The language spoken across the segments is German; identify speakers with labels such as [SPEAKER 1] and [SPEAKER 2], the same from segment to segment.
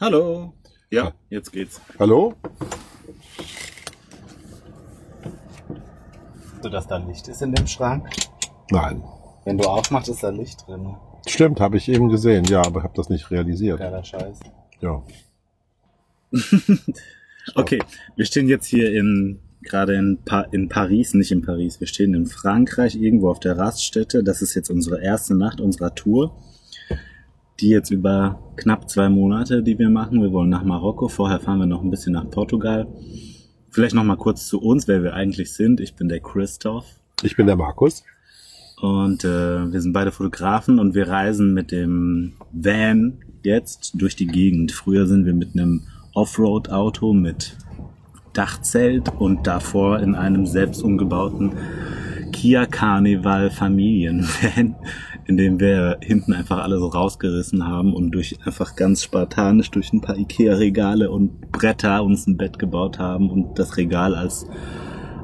[SPEAKER 1] Hallo. Ja, jetzt geht's.
[SPEAKER 2] Hallo?
[SPEAKER 3] Du, dass da Licht ist in dem Schrank?
[SPEAKER 2] Nein.
[SPEAKER 3] Wenn du aufmachst, ist da Licht drin.
[SPEAKER 2] Stimmt, habe ich eben gesehen. Ja, aber habe das nicht realisiert. Ja.
[SPEAKER 3] Geiler Scheiß.
[SPEAKER 1] Okay, wir stehen jetzt hier in gerade in, pa in Paris, nicht in Paris. Wir stehen in Frankreich irgendwo auf der Raststätte. Das ist jetzt unsere erste Nacht unserer Tour, die jetzt über knapp zwei Monate, die wir machen. Wir wollen nach Marokko. Vorher fahren wir noch ein bisschen nach Portugal. Vielleicht noch mal kurz zu uns, wer wir eigentlich sind. Ich bin der Christoph.
[SPEAKER 2] Ich bin der Markus.
[SPEAKER 1] Und äh, wir sind beide Fotografen und wir reisen mit dem Van jetzt durch die Gegend. Früher sind wir mit einem Offroad-Auto mit Dachzelt und davor in einem selbst umgebauten Kia Carnival Familienvan, in dem wir hinten einfach alles rausgerissen haben und durch einfach ganz spartanisch durch ein paar Ikea Regale und Bretter uns ein Bett gebaut haben und das Regal als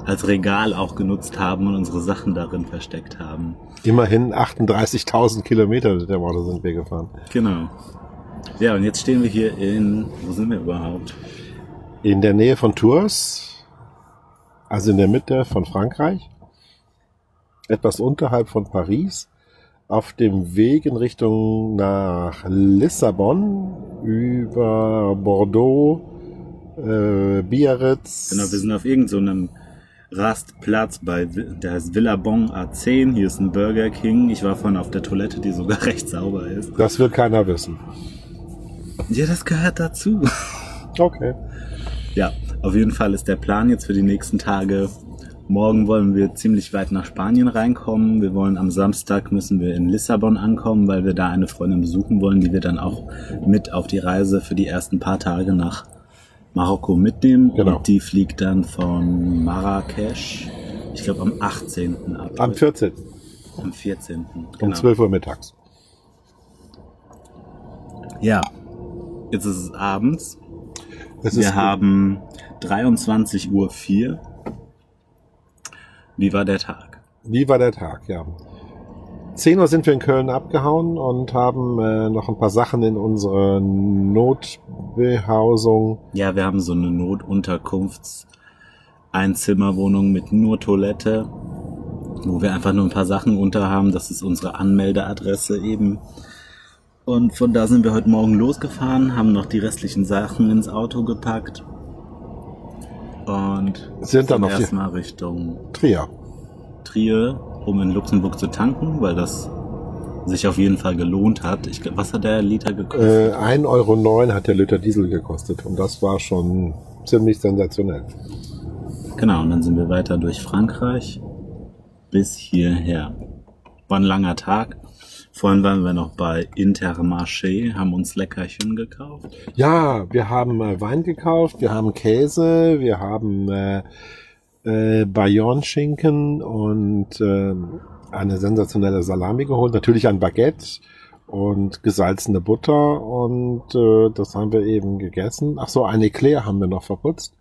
[SPEAKER 1] als Regal auch genutzt haben und unsere Sachen darin versteckt haben.
[SPEAKER 2] Immerhin 38.000 Kilometer mit dem Auto sind wir gefahren.
[SPEAKER 1] Genau. Ja, und jetzt stehen wir hier in, wo sind wir überhaupt?
[SPEAKER 2] In der Nähe von Tours, also in der Mitte von Frankreich, etwas unterhalb von Paris, auf dem Weg in Richtung nach Lissabon über Bordeaux, äh, Biarritz.
[SPEAKER 1] Genau, wir sind auf irgendeinem so einem Rastplatz bei, Vi- der heißt Villabon A10. Hier ist ein Burger King. Ich war vorhin auf der Toilette, die sogar recht sauber ist.
[SPEAKER 2] das will keiner wissen.
[SPEAKER 1] Ja, das gehört dazu.
[SPEAKER 2] Okay.
[SPEAKER 1] Ja, auf jeden Fall ist der Plan jetzt für die nächsten Tage. Morgen wollen wir ziemlich weit nach Spanien reinkommen. Wir wollen am Samstag müssen wir in Lissabon ankommen, weil wir da eine Freundin besuchen wollen, die wir dann auch mit auf die Reise für die ersten paar Tage nach Marokko mitnehmen.
[SPEAKER 2] Genau.
[SPEAKER 1] Und die fliegt dann von Marrakesch, ich glaube am 18. ab.
[SPEAKER 2] Am 14.
[SPEAKER 1] am 14.
[SPEAKER 2] um
[SPEAKER 1] genau.
[SPEAKER 2] 12 Uhr mittags.
[SPEAKER 1] Ja. Jetzt ist es abends.
[SPEAKER 2] Es
[SPEAKER 1] Wir haben 23.04 Uhr. Wie war der Tag?
[SPEAKER 2] Wie war der Tag, ja. 10 Uhr sind wir in Köln abgehauen und haben äh, noch ein paar Sachen in unsere Notbehausung.
[SPEAKER 1] Ja, wir haben so eine Notunterkunfts Einzimmerwohnung mit nur Toilette, wo wir einfach nur ein paar Sachen unter haben. Das ist unsere Anmeldeadresse eben. Und von da sind wir heute Morgen losgefahren, haben noch die restlichen Sachen ins Auto gepackt und
[SPEAKER 2] Sind dann auf die-
[SPEAKER 1] erstmal Richtung
[SPEAKER 2] Trier.
[SPEAKER 1] Trier, um in Luxemburg zu tanken, weil das sich auf jeden Fall gelohnt hat. Ich, glaub, was hat der Liter gekostet?
[SPEAKER 2] Äh, 1,09 Euro hat der Liter Diesel gekostet und das war schon ziemlich sensationell.
[SPEAKER 1] Genau, und dann sind wir weiter durch Frankreich bis hierher. War ein langer Tag. Vorhin waren wir noch bei Intermarché, haben uns Leckerchen gekauft.
[SPEAKER 2] Ja, wir haben äh, Wein gekauft, wir haben Käse, wir haben äh, äh, Bayonne-Schinken und ähm, eine sensationelle Salami geholt. Natürlich ein Baguette und gesalzene Butter und äh, das haben wir eben gegessen. Ach so, ein Eclair haben wir noch verputzt.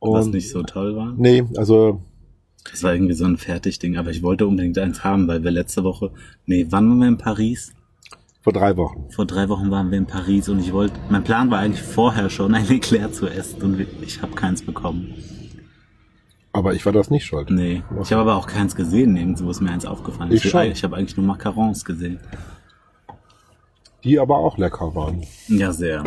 [SPEAKER 1] was nicht so toll war.
[SPEAKER 2] Nee, also
[SPEAKER 1] Das war irgendwie so ein Fertigding, aber ich wollte unbedingt eins haben, weil wir letzte Woche, nee, wann waren wir in Paris?
[SPEAKER 2] vor drei Wochen.
[SPEAKER 1] Vor drei Wochen waren wir in Paris und ich wollte, mein Plan war eigentlich vorher schon, ein Eclair zu essen und wir- ich habe keins bekommen.
[SPEAKER 2] Aber ich war das nicht schuld.
[SPEAKER 1] Nee, ich habe aber auch keins gesehen, nirgendwo ist mir eins aufgefallen.
[SPEAKER 2] Ich schon.
[SPEAKER 1] ich habe eigentlich nur Macarons gesehen.
[SPEAKER 2] Die aber auch lecker waren.
[SPEAKER 1] Ja, sehr.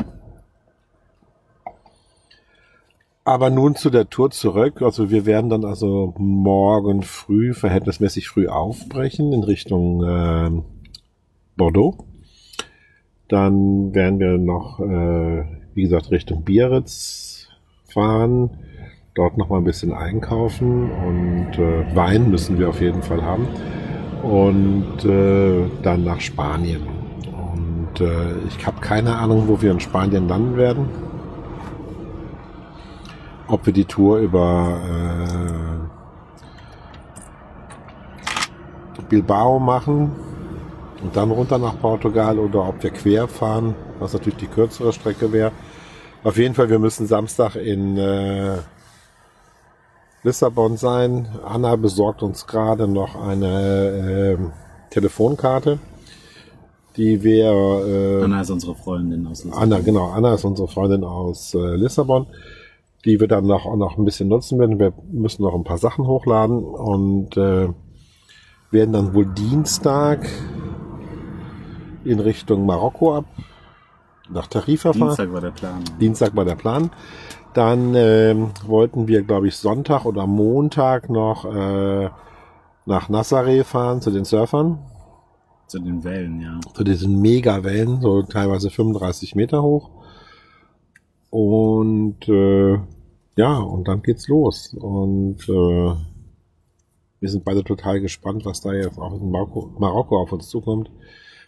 [SPEAKER 2] Aber nun zu der Tour zurück. Also wir werden dann also morgen früh, verhältnismäßig früh aufbrechen in Richtung ähm, Bordeaux. Dann werden wir noch, äh, wie gesagt, Richtung Biarritz fahren. Dort noch mal ein bisschen einkaufen und äh, Wein müssen wir auf jeden Fall haben. Und äh, dann nach Spanien. Und äh, ich habe keine Ahnung, wo wir in Spanien landen werden ob wir die Tour über äh, Bilbao machen und dann runter nach Portugal oder ob wir quer fahren, was natürlich die kürzere Strecke wäre. Auf jeden Fall, wir müssen Samstag in äh, Lissabon sein. Anna besorgt uns gerade noch eine ähm, Telefonkarte, äh, die wir äh,
[SPEAKER 1] Anna ist unsere Freundin aus Lissabon.
[SPEAKER 2] Anna, genau. Anna ist unsere Freundin aus äh, Lissabon, die wir dann noch, auch noch ein bisschen nutzen werden. Wir müssen noch ein paar Sachen hochladen und äh, werden dann wohl Dienstag in Richtung Marokko ab, nach Tarifa fahren.
[SPEAKER 1] Dienstag war der Plan.
[SPEAKER 2] Dienstag war der Plan. Dann ähm, wollten wir, glaube ich, Sonntag oder Montag noch äh, nach Nazaré fahren zu den Surfern,
[SPEAKER 1] Zu den Wellen, ja.
[SPEAKER 2] zu diesen Megawellen, so teilweise 35 Meter hoch. Und äh, ja, und dann geht's los. Und äh, wir sind beide total gespannt, was da jetzt auch in Marokko, Marokko auf uns zukommt.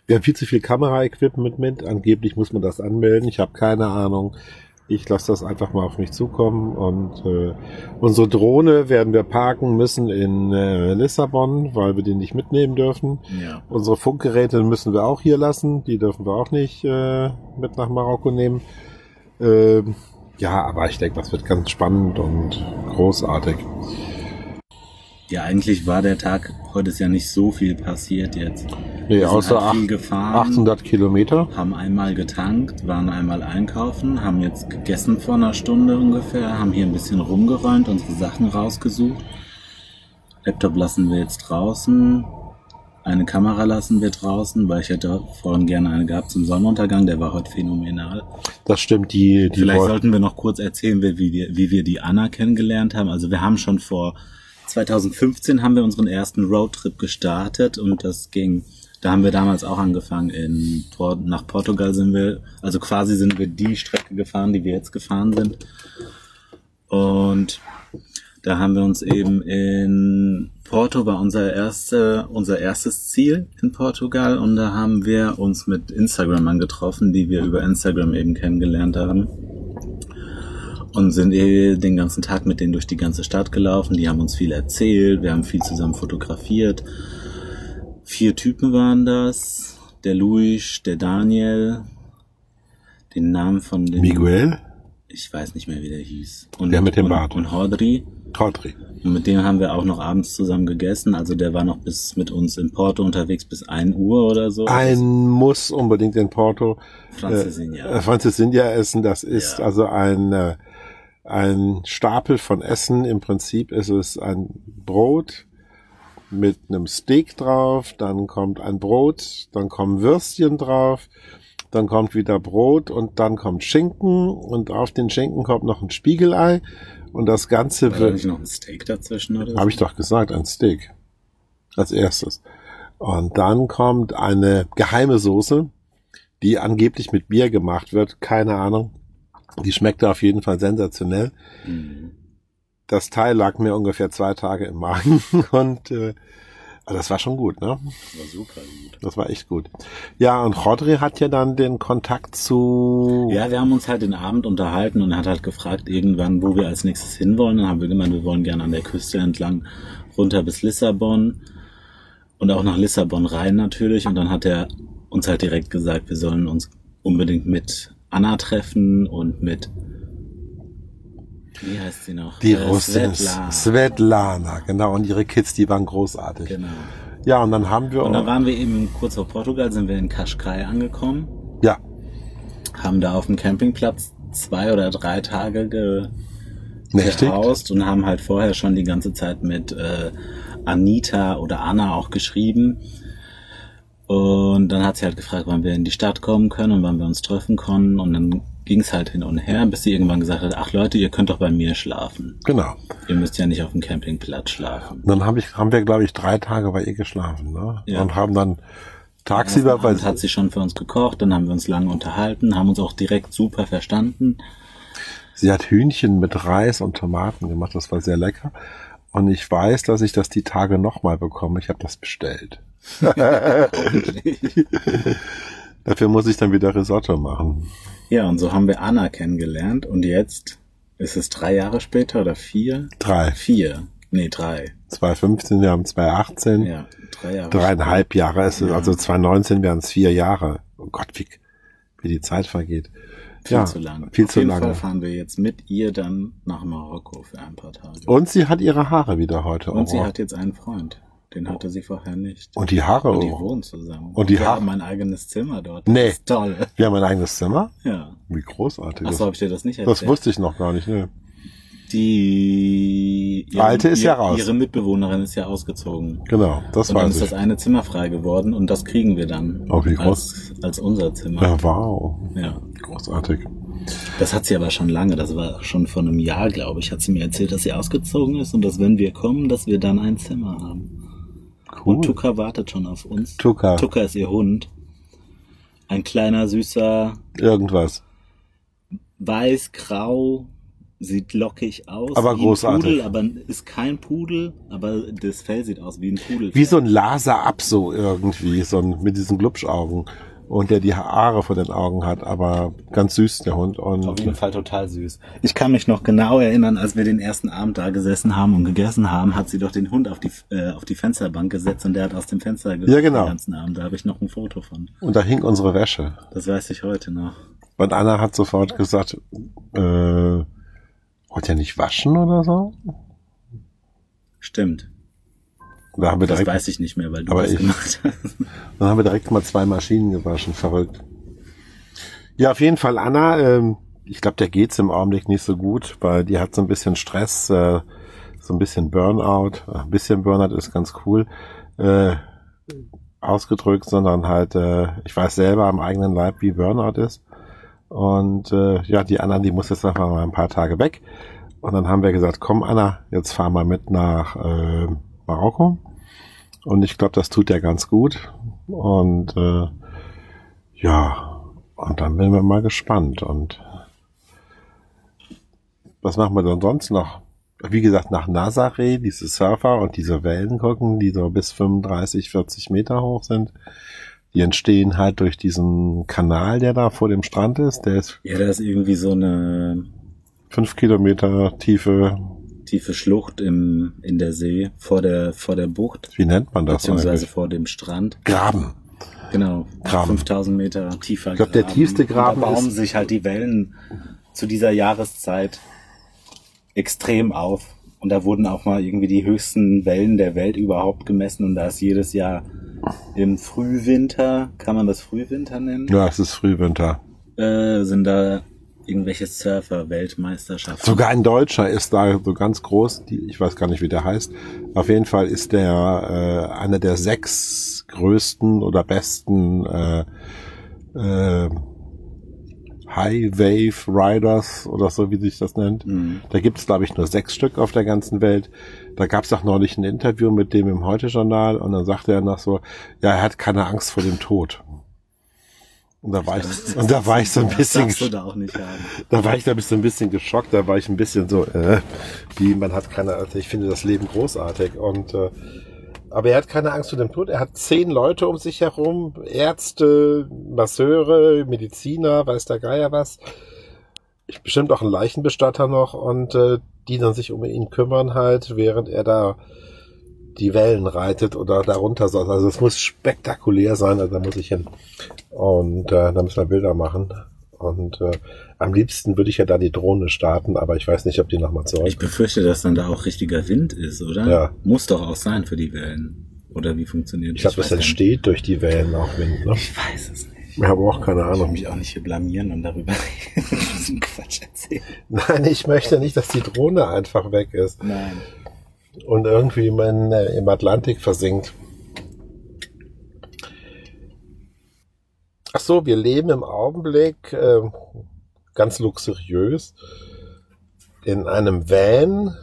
[SPEAKER 2] Wir haben viel zu viel Kamera-Equipment mit. Angeblich muss man das anmelden. Ich habe keine Ahnung. Ich lasse das einfach mal auf mich zukommen. Und äh, unsere Drohne werden wir parken müssen in äh, Lissabon, weil wir die nicht mitnehmen dürfen.
[SPEAKER 1] Ja.
[SPEAKER 2] Unsere Funkgeräte müssen wir auch hier lassen. Die dürfen wir auch nicht äh, mit nach Marokko nehmen. Ähm, ja, aber ich denke, das wird ganz spannend und großartig.
[SPEAKER 1] Ja, eigentlich war der Tag, heute ist ja nicht so viel passiert jetzt.
[SPEAKER 2] Nee,
[SPEAKER 1] Wir sind
[SPEAKER 2] außer
[SPEAKER 1] halt viel
[SPEAKER 2] acht-
[SPEAKER 1] gefahren,
[SPEAKER 2] 800 Kilometer.
[SPEAKER 1] haben einmal getankt, waren einmal einkaufen, haben jetzt gegessen vor einer Stunde ungefähr, haben hier ein bisschen rumgeräumt, unsere Sachen rausgesucht. Laptop lassen wir jetzt draußen. Eine Kamera lassen wir draußen, weil ich hätte vorhin gerne eine gehabt zum Sonnenuntergang, der war heute phänomenal.
[SPEAKER 2] Das stimmt, die, die
[SPEAKER 1] Vielleicht
[SPEAKER 2] Wolken-
[SPEAKER 1] sollten wir noch kurz erzählen, wie wie wir, wie wir die Anna kennengelernt haben. Also wir haben schon vor 2015 haben wir unseren ersten Roadtrip gestartet und das ging. Da haben wir damals auch angefangen. In Port, nach Portugal sind wir, also quasi sind wir die Strecke gefahren, die wir jetzt gefahren sind. Und da haben wir uns eben in Porto war unser, erste, unser erstes Ziel in Portugal und da haben wir uns mit Instagramern getroffen, die wir über Instagram eben kennengelernt haben und sind eh den ganzen Tag mit denen durch die ganze Stadt gelaufen. Die haben uns viel erzählt, wir haben viel zusammen fotografiert. Vier Typen waren das. Der Luis, der Daniel, den Namen von den
[SPEAKER 2] Miguel
[SPEAKER 1] ich weiß nicht mehr, wie der hieß. Und,
[SPEAKER 2] Der mit dem
[SPEAKER 1] und,
[SPEAKER 2] Bart.
[SPEAKER 1] Und Hodri.
[SPEAKER 2] Totri.
[SPEAKER 1] Und mit dem haben wir auch noch abends zusammen gegessen. Also der war noch bis mit uns in Porto unterwegs bis 1 Uhr oder so.
[SPEAKER 2] Ein Muss unbedingt in Porto.
[SPEAKER 1] Franzisinha.
[SPEAKER 2] Äh, Franzisinha essen, das ist
[SPEAKER 1] Ja.
[SPEAKER 2] also ein, äh, ein Stapel von Essen. Im Prinzip ist es ein Brot mit einem Steak drauf, dann kommt ein Brot, dann kommen Würstchen drauf, dann kommt wieder Brot und dann kommt Schinken und auf den Schinken kommt noch ein Spiegelei und das Ganze
[SPEAKER 1] War da
[SPEAKER 2] wird...
[SPEAKER 1] nicht noch ein Steak dazwischen oder so?
[SPEAKER 2] Habe ich doch gesagt, ein Steak. Als erstes. Und dann kommt eine geheime Soße, die angeblich mit Bier gemacht wird. Keine Ahnung. Die schmeckte auf jeden Fall sensationell.
[SPEAKER 1] Mhm.
[SPEAKER 2] Das Teil lag mir ungefähr zwei Tage im Magen und äh, aber das war schon gut, ne?
[SPEAKER 1] War super gut.
[SPEAKER 2] Das war echt gut. Ja, und Rodri hat ja dann den Kontakt zu.
[SPEAKER 1] Ja, wir haben uns halt den Abend unterhalten und er hat halt gefragt irgendwann, wo wir als nächstes hinwollen. Dann haben wir gemeint, wir wollen gerne an der Küste entlang runter bis Lissabon und auch nach Lissabon rein natürlich. Und dann hat er uns halt direkt gesagt, wir sollen uns unbedingt mit Anna treffen und mit wie heißt sie noch?
[SPEAKER 2] die
[SPEAKER 1] Äh,
[SPEAKER 2] Russin
[SPEAKER 1] Svetlana.
[SPEAKER 2] Svetlana, genau. Und ihre Kids, die waren großartig.
[SPEAKER 1] Genau.
[SPEAKER 2] Ja, und dann haben wir.
[SPEAKER 1] Und dann waren wir eben kurz vor Portugal, sind wir in Kaschkai angekommen.
[SPEAKER 2] ja,
[SPEAKER 1] haben da auf dem Campingplatz zwei oder drei Tage ge
[SPEAKER 2] Nächtigt?
[SPEAKER 1] gehaust und haben halt vorher schon die ganze Zeit mit äh, Anita oder Anna auch geschrieben. Und dann hat sie halt gefragt, wann wir in die Stadt kommen können und wann wir uns treffen können. Und dann ging es halt hin und her, bis sie irgendwann gesagt hat, ach Leute, ihr könnt doch bei mir schlafen.
[SPEAKER 2] Genau.
[SPEAKER 1] Ihr müsst ja nicht auf dem Campingplatz schlafen.
[SPEAKER 2] Und dann hab ich, haben wir, glaube ich, drei Tage bei ihr geschlafen. Ne?
[SPEAKER 1] Ja.
[SPEAKER 2] Und haben dann tagsüber
[SPEAKER 1] Tagsüber
[SPEAKER 2] bei
[SPEAKER 1] hat sie schon für uns gekocht, dann haben wir uns lange unterhalten, haben uns auch direkt super verstanden.
[SPEAKER 2] sie hat Hühnchen mit Reis und Tomaten gemacht. Das war sehr lecker. Und ich weiß, dass ich das die Tage nochmal bekomme. Ich habe das bestellt. Dafür muss ich dann wieder Risotto machen.
[SPEAKER 1] Ja, und so haben wir Anna kennengelernt und jetzt ist es drei Jahre später oder vier?
[SPEAKER 2] Drei.
[SPEAKER 1] Vier. Nee, drei.
[SPEAKER 2] 2015, wir haben 2018.
[SPEAKER 1] Ja, drei Jahre.
[SPEAKER 2] Dreieinhalb Jahre ist es. Also 2019 wären es vier Jahre. Oh Gott, wie, wie die Zeit vergeht.
[SPEAKER 1] Viel
[SPEAKER 2] ja,
[SPEAKER 1] zu lang.
[SPEAKER 2] Viel
[SPEAKER 1] Auf
[SPEAKER 2] zu
[SPEAKER 1] jeden Fall
[SPEAKER 2] lange.
[SPEAKER 1] fahren wir jetzt mit ihr dann nach Marokko für ein paar Tage.
[SPEAKER 2] Oh. Und sie hat ihre Haare wieder heute.
[SPEAKER 1] Und sie
[SPEAKER 2] orange.
[SPEAKER 1] hat jetzt einen Freund. Den hatte sie vorher nicht.
[SPEAKER 2] Und die Haare.
[SPEAKER 1] Und die wohnen zusammen.
[SPEAKER 2] Oh. Und die
[SPEAKER 1] wir
[SPEAKER 2] Haare-
[SPEAKER 1] haben ein eigenes Zimmer dort.
[SPEAKER 2] Nee.
[SPEAKER 1] Das ist toll.
[SPEAKER 2] Wir haben ein eigenes Zimmer.
[SPEAKER 1] Ja.
[SPEAKER 2] Wie großartig.
[SPEAKER 1] Achso, habe ich dir das nicht erzählt?
[SPEAKER 2] das, das wusste ich noch gar nicht. Ne?
[SPEAKER 1] Die ihre-
[SPEAKER 2] Alte ist ja
[SPEAKER 1] ihre-
[SPEAKER 2] raus.
[SPEAKER 1] Ihre Mitbewohnerin ist ja ausgezogen.
[SPEAKER 2] Genau, das
[SPEAKER 1] und dann
[SPEAKER 2] weiß
[SPEAKER 1] ist
[SPEAKER 2] ich.
[SPEAKER 1] das eine Zimmer frei geworden und das kriegen wir dann
[SPEAKER 2] Oh, wie
[SPEAKER 1] als, als unser Zimmer.
[SPEAKER 2] ja, wow.
[SPEAKER 1] Ja.
[SPEAKER 2] Großartig.
[SPEAKER 1] Das hat sie aber schon lange, das war schon vor einem Jahr, glaube ich, hat sie mir erzählt, dass sie ausgezogen ist und dass wenn wir kommen, dass wir dann ein Zimmer haben.
[SPEAKER 2] Cool.
[SPEAKER 1] Und Tuka wartet schon auf uns.
[SPEAKER 2] Tuka.
[SPEAKER 1] Tuka ist ihr Hund. Ein kleiner, süßer,
[SPEAKER 2] Irgendwas.
[SPEAKER 1] weiß-grau, sieht lockig aus.
[SPEAKER 2] Aber
[SPEAKER 1] wie
[SPEAKER 2] großartig.
[SPEAKER 1] Ein Pudel, aber ist kein Pudel, aber das Fell sieht aus wie ein Pudel.
[SPEAKER 2] Wie so ein Laser ab so irgendwie, so ein, mit diesen Glubschaugen. Und der die Haare vor den Augen hat, aber ganz süß, der Hund.
[SPEAKER 3] Auf
[SPEAKER 2] Und
[SPEAKER 3] jeden Fall total süß.
[SPEAKER 1] Ich kann mich noch genau erinnern, als wir den ersten Abend da gesessen haben und gegessen haben, hat sie doch den Hund auf die, äh, auf die Fensterbank gesetzt und der hat aus dem Fenster geguckt
[SPEAKER 2] Ja, genau.
[SPEAKER 1] den ganzen Abend. Da habe ich noch ein Foto von.
[SPEAKER 2] Und da hing unsere Wäsche.
[SPEAKER 1] Das weiß ich heute noch.
[SPEAKER 2] Und Anna hat sofort gesagt, äh, wollt ihr nicht waschen oder so?
[SPEAKER 1] Stimmt.
[SPEAKER 2] Und Da haben wir
[SPEAKER 1] Das
[SPEAKER 2] direkt,
[SPEAKER 1] weiß ich nicht mehr, weil du
[SPEAKER 2] Aber
[SPEAKER 1] das
[SPEAKER 2] ich-
[SPEAKER 1] gemacht hast.
[SPEAKER 2] dann haben wir direkt mal zwei Maschinen gewaschen, verrückt. Ja, auf jeden Fall Anna, ähm, ich glaube, der geht's im Augenblick nicht so gut, weil die hat so ein bisschen Stress, äh, so ein bisschen Burnout. Ein bisschen Burnout ist ganz cool. Äh, ausgedrückt, sondern halt, äh, ich weiß selber am eigenen Leib, wie Burnout ist. Und äh, ja, die Anna, die muss jetzt einfach mal ein paar Tage weg. Und dann haben wir gesagt, komm Anna, jetzt fahr mal mit nach äh, Marokko. Und ich glaube, das tut er ganz gut. Und äh, ja, und dann bin ich mal gespannt. Und was machen wir denn sonst noch? Wie gesagt, nach Nazaré, diese Surfer und diese Wellen gucken, die so bis 35, 40 Meter hoch sind. Die entstehen halt durch diesen Kanal, der da vor dem Strand ist. Der ist
[SPEAKER 1] Ja, da ist irgendwie so eine
[SPEAKER 2] fünf Kilometer Tiefe.
[SPEAKER 1] tiefe Schlucht im, in der See vor der, vor der Bucht,
[SPEAKER 2] Wie nennt man das
[SPEAKER 1] beziehungsweise
[SPEAKER 2] eigentlich?
[SPEAKER 1] vor dem Strand.
[SPEAKER 2] Graben.
[SPEAKER 1] Genau.
[SPEAKER 2] Graben.
[SPEAKER 1] 5000 Meter tiefer.
[SPEAKER 2] Ich glaub, der tiefste Graben
[SPEAKER 1] Und da bauen
[SPEAKER 2] ist-
[SPEAKER 1] sich halt die Wellen zu dieser Jahreszeit extrem auf. Und da wurden auch mal irgendwie die höchsten Wellen der Welt überhaupt gemessen. Und da ist jedes Jahr im Frühwinter, kann man das Frühwinter nennen,
[SPEAKER 2] Ja, es ist Frühwinter.
[SPEAKER 1] äh, sind da irgendwelche Surfer-Weltmeisterschaften.
[SPEAKER 2] Sogar ein Deutscher ist da so ganz groß, die, ich weiß gar nicht, wie der heißt. Auf jeden Fall ist der äh, einer der sechs größten oder besten äh, äh, High Wave Riders oder so, wie sich das nennt.
[SPEAKER 1] Mhm.
[SPEAKER 2] Da gibt's glaub glaube ich, nur sechs Stück auf der ganzen Welt. Da gab's auch neulich ein Interview mit dem im Heute-Journal und dann sagte er noch so, ja, er hat keine Angst vor dem Tod. Und da war ich, und da war ich so ein bisschen
[SPEAKER 1] Das darfst du da auch nicht haben.
[SPEAKER 2] da war ich, glaube ich, so ein bisschen geschockt. Da war ich ein bisschen so, äh, wie man hat keine Angst. Ich finde das Leben großartig. Und äh, aber er hat keine Angst vor dem Tod. Er hat zehn Leute um sich herum, Ärzte, Masseure, Mediziner, weiß der Geier was. Ich bestimmt auch einen Leichenbestatter noch und äh, die dann sich um ihn kümmern halt, während er da die Wellen reitet oder darunter soll. Also es muss spektakulär sein, also da muss ich hin. Und äh, da müssen wir Bilder machen. Und äh, am liebsten würde ich ja da die Drohne starten, aber ich weiß nicht, ob die nochmal
[SPEAKER 1] Ich
[SPEAKER 2] zurück.
[SPEAKER 1] befürchte, dass dann da auch richtiger Wind ist, oder?
[SPEAKER 2] Ja.
[SPEAKER 1] Muss doch auch sein für die Wellen. Oder wie funktioniert
[SPEAKER 2] Ich glaube, das
[SPEAKER 1] weiß gar nicht.
[SPEAKER 2] entsteht durch die Wellen auch Wind. Ne?
[SPEAKER 1] Ich weiß es nicht.
[SPEAKER 2] Ich habe auch keine
[SPEAKER 1] Ich will
[SPEAKER 2] Ahnung.
[SPEAKER 1] mich auch nicht hier blamieren und darüber diesen Quatsch erzählen.
[SPEAKER 2] Nein, ich möchte nicht, dass die Drohne einfach weg ist
[SPEAKER 1] Nein.
[SPEAKER 2] und irgendwie im, äh, im Atlantik versinkt. Ach so, wir leben im Augenblick äh, ganz luxuriös in einem Van,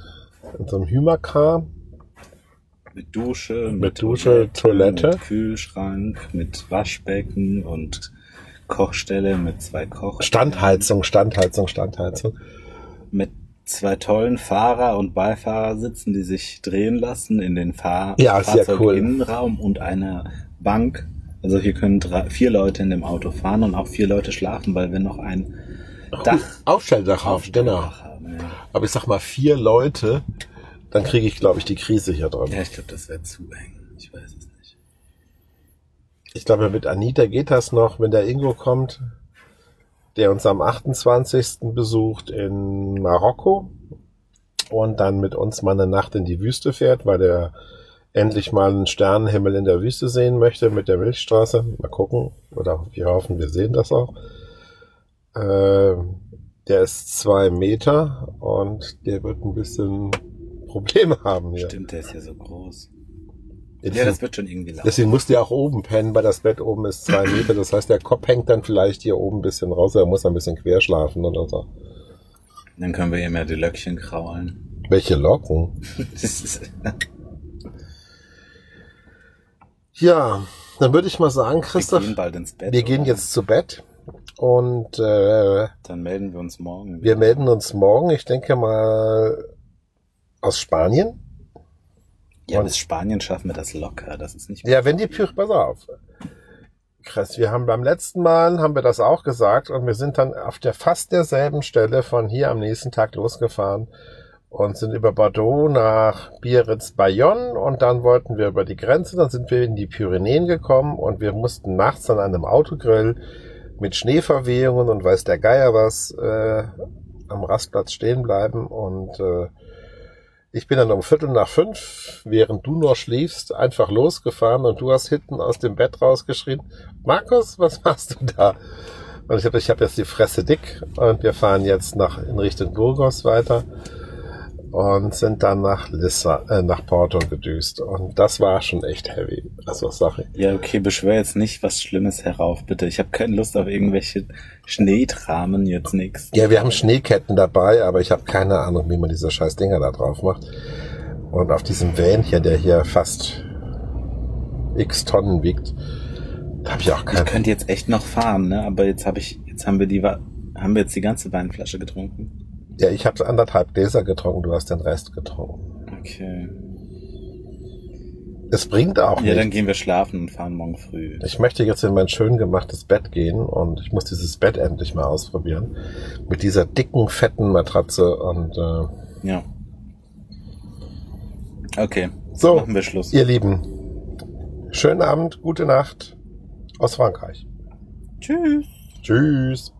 [SPEAKER 2] in so einem Hymacar.
[SPEAKER 1] Mit Dusche, mit,
[SPEAKER 2] Dusche, Toilette.
[SPEAKER 1] mit Kühlschrank, mit Waschbecken und Kochstelle mit zwei Koch,
[SPEAKER 2] Standheizung, Standheizung, Standheizung.
[SPEAKER 1] mit zwei tollen Fahrer und Beifahrer sitzen, die sich drehen lassen in den Fahr
[SPEAKER 2] Ja, sehr cool.
[SPEAKER 1] Fahrzeuginnenraum und einer Bank. Also hier können drei, vier Leute in dem Auto fahren und auch vier Leute schlafen, weil wir noch ein Dach
[SPEAKER 2] Aufstelldach auf, genau.
[SPEAKER 1] haben. Ja,
[SPEAKER 2] Aber ich sag mal vier Leute, dann kriege ich, glaube ich, die Krise hier drin.
[SPEAKER 1] ja ich glaube, das wäre zu eng. Ich weiß es nicht.
[SPEAKER 2] Ich glaube, mit Anita geht das noch, wenn der Ingo kommt, der uns am 28. besucht in Marokko und dann mit uns mal eine Nacht in die Wüste fährt, weil der endlich mal einen Sternenhimmel in der Wüste sehen möchte mit der Milchstraße. Mal gucken. Oder wir hoffen, wir sehen das auch. Ähm, der ist zwei Meter und der wird ein bisschen Probleme haben hier.
[SPEAKER 1] Stimmt, der ist ja so groß. Ja, das
[SPEAKER 2] Ja, deswegen,
[SPEAKER 1] wird schon irgendwie laufen.
[SPEAKER 2] deswegen muss der auch oben pennen, weil das Bett oben ist zwei Meter. Das heißt, der Kopf hängt dann vielleicht hier oben ein bisschen raus. Er muss ein bisschen quer schlafen oder so.
[SPEAKER 1] Dann können wir ihm ja die Löckchen kraulen.
[SPEAKER 2] Welche Locken?
[SPEAKER 1] Das ist-
[SPEAKER 2] Ja, dann würde ich mal sagen,
[SPEAKER 1] wir
[SPEAKER 2] Christoph,
[SPEAKER 1] gehen bald ins Bett.
[SPEAKER 2] wir gehen
[SPEAKER 1] oder?
[SPEAKER 2] jetzt zu Bett und äh,
[SPEAKER 1] Dann melden wir uns morgen.
[SPEAKER 2] wir melden uns morgen, ich denke mal, aus Spanien.
[SPEAKER 1] ja, bis Spanien schaffen wir das locker. Das ist nicht
[SPEAKER 2] Ja, wenn die Pyramiden, pass auf. Chris, wir haben beim letzten Mal, haben wir das auch gesagt und wir sind dann auf der fast derselben Stelle von hier am nächsten Tag losgefahren und sind über Bordeaux nach Biarritz-Bayonne und dann wollten wir über die Grenze, dann sind wir in die Pyrenäen gekommen und wir mussten nachts an einem Autogrill mit Schneeverwehungen und weiß der Geier was äh, am Rastplatz stehen bleiben und äh, ich bin dann um Viertel nach fünf, während du noch schläfst, einfach losgefahren und du hast hinten aus dem Bett rausgeschrien, Markus, was machst du da? Und ich habe ich hab jetzt die Fresse dick und wir fahren jetzt nach in Richtung Burgos weiter und sind dann nach Lissa, äh, nach Porto gedüst. Und das war schon echt heavy. Also sag ich.
[SPEAKER 1] Ja, okay, beschwör jetzt nicht was Schlimmes herauf, bitte. Ich habe keine Lust auf irgendwelche Schneetramen jetzt nix.
[SPEAKER 2] Ja, wir haben Schneeketten dabei, aber ich habe keine Ahnung, wie man diese scheiß Dinger da drauf macht. Und auf diesem Van hier, der hier fast x Tonnen wiegt, da habe ich auch
[SPEAKER 1] Ich
[SPEAKER 2] keine
[SPEAKER 1] könnte jetzt echt noch fahren, ne? Aber jetzt habe ich, jetzt haben wir die, Wa- haben wir jetzt die ganze Weinflasche getrunken.
[SPEAKER 2] Ja, ich habe anderthalb Gläser getrunken, du hast den Rest getrunken.
[SPEAKER 1] Okay.
[SPEAKER 2] Es bringt auch
[SPEAKER 1] Ja, dann
[SPEAKER 2] nichts.
[SPEAKER 1] gehen wir schlafen und fahren morgen früh.
[SPEAKER 2] Ich möchte jetzt in mein schön gemachtes Bett gehen und ich muss dieses Bett endlich mal ausprobieren. Mit dieser dicken, fetten Matratze und äh,
[SPEAKER 1] Ja. Okay.
[SPEAKER 2] So.
[SPEAKER 1] Machen wir Schluss.
[SPEAKER 2] ihr Lieben, schönen Abend, gute Nacht aus Frankreich.
[SPEAKER 1] Tschüss.
[SPEAKER 2] Tschüss.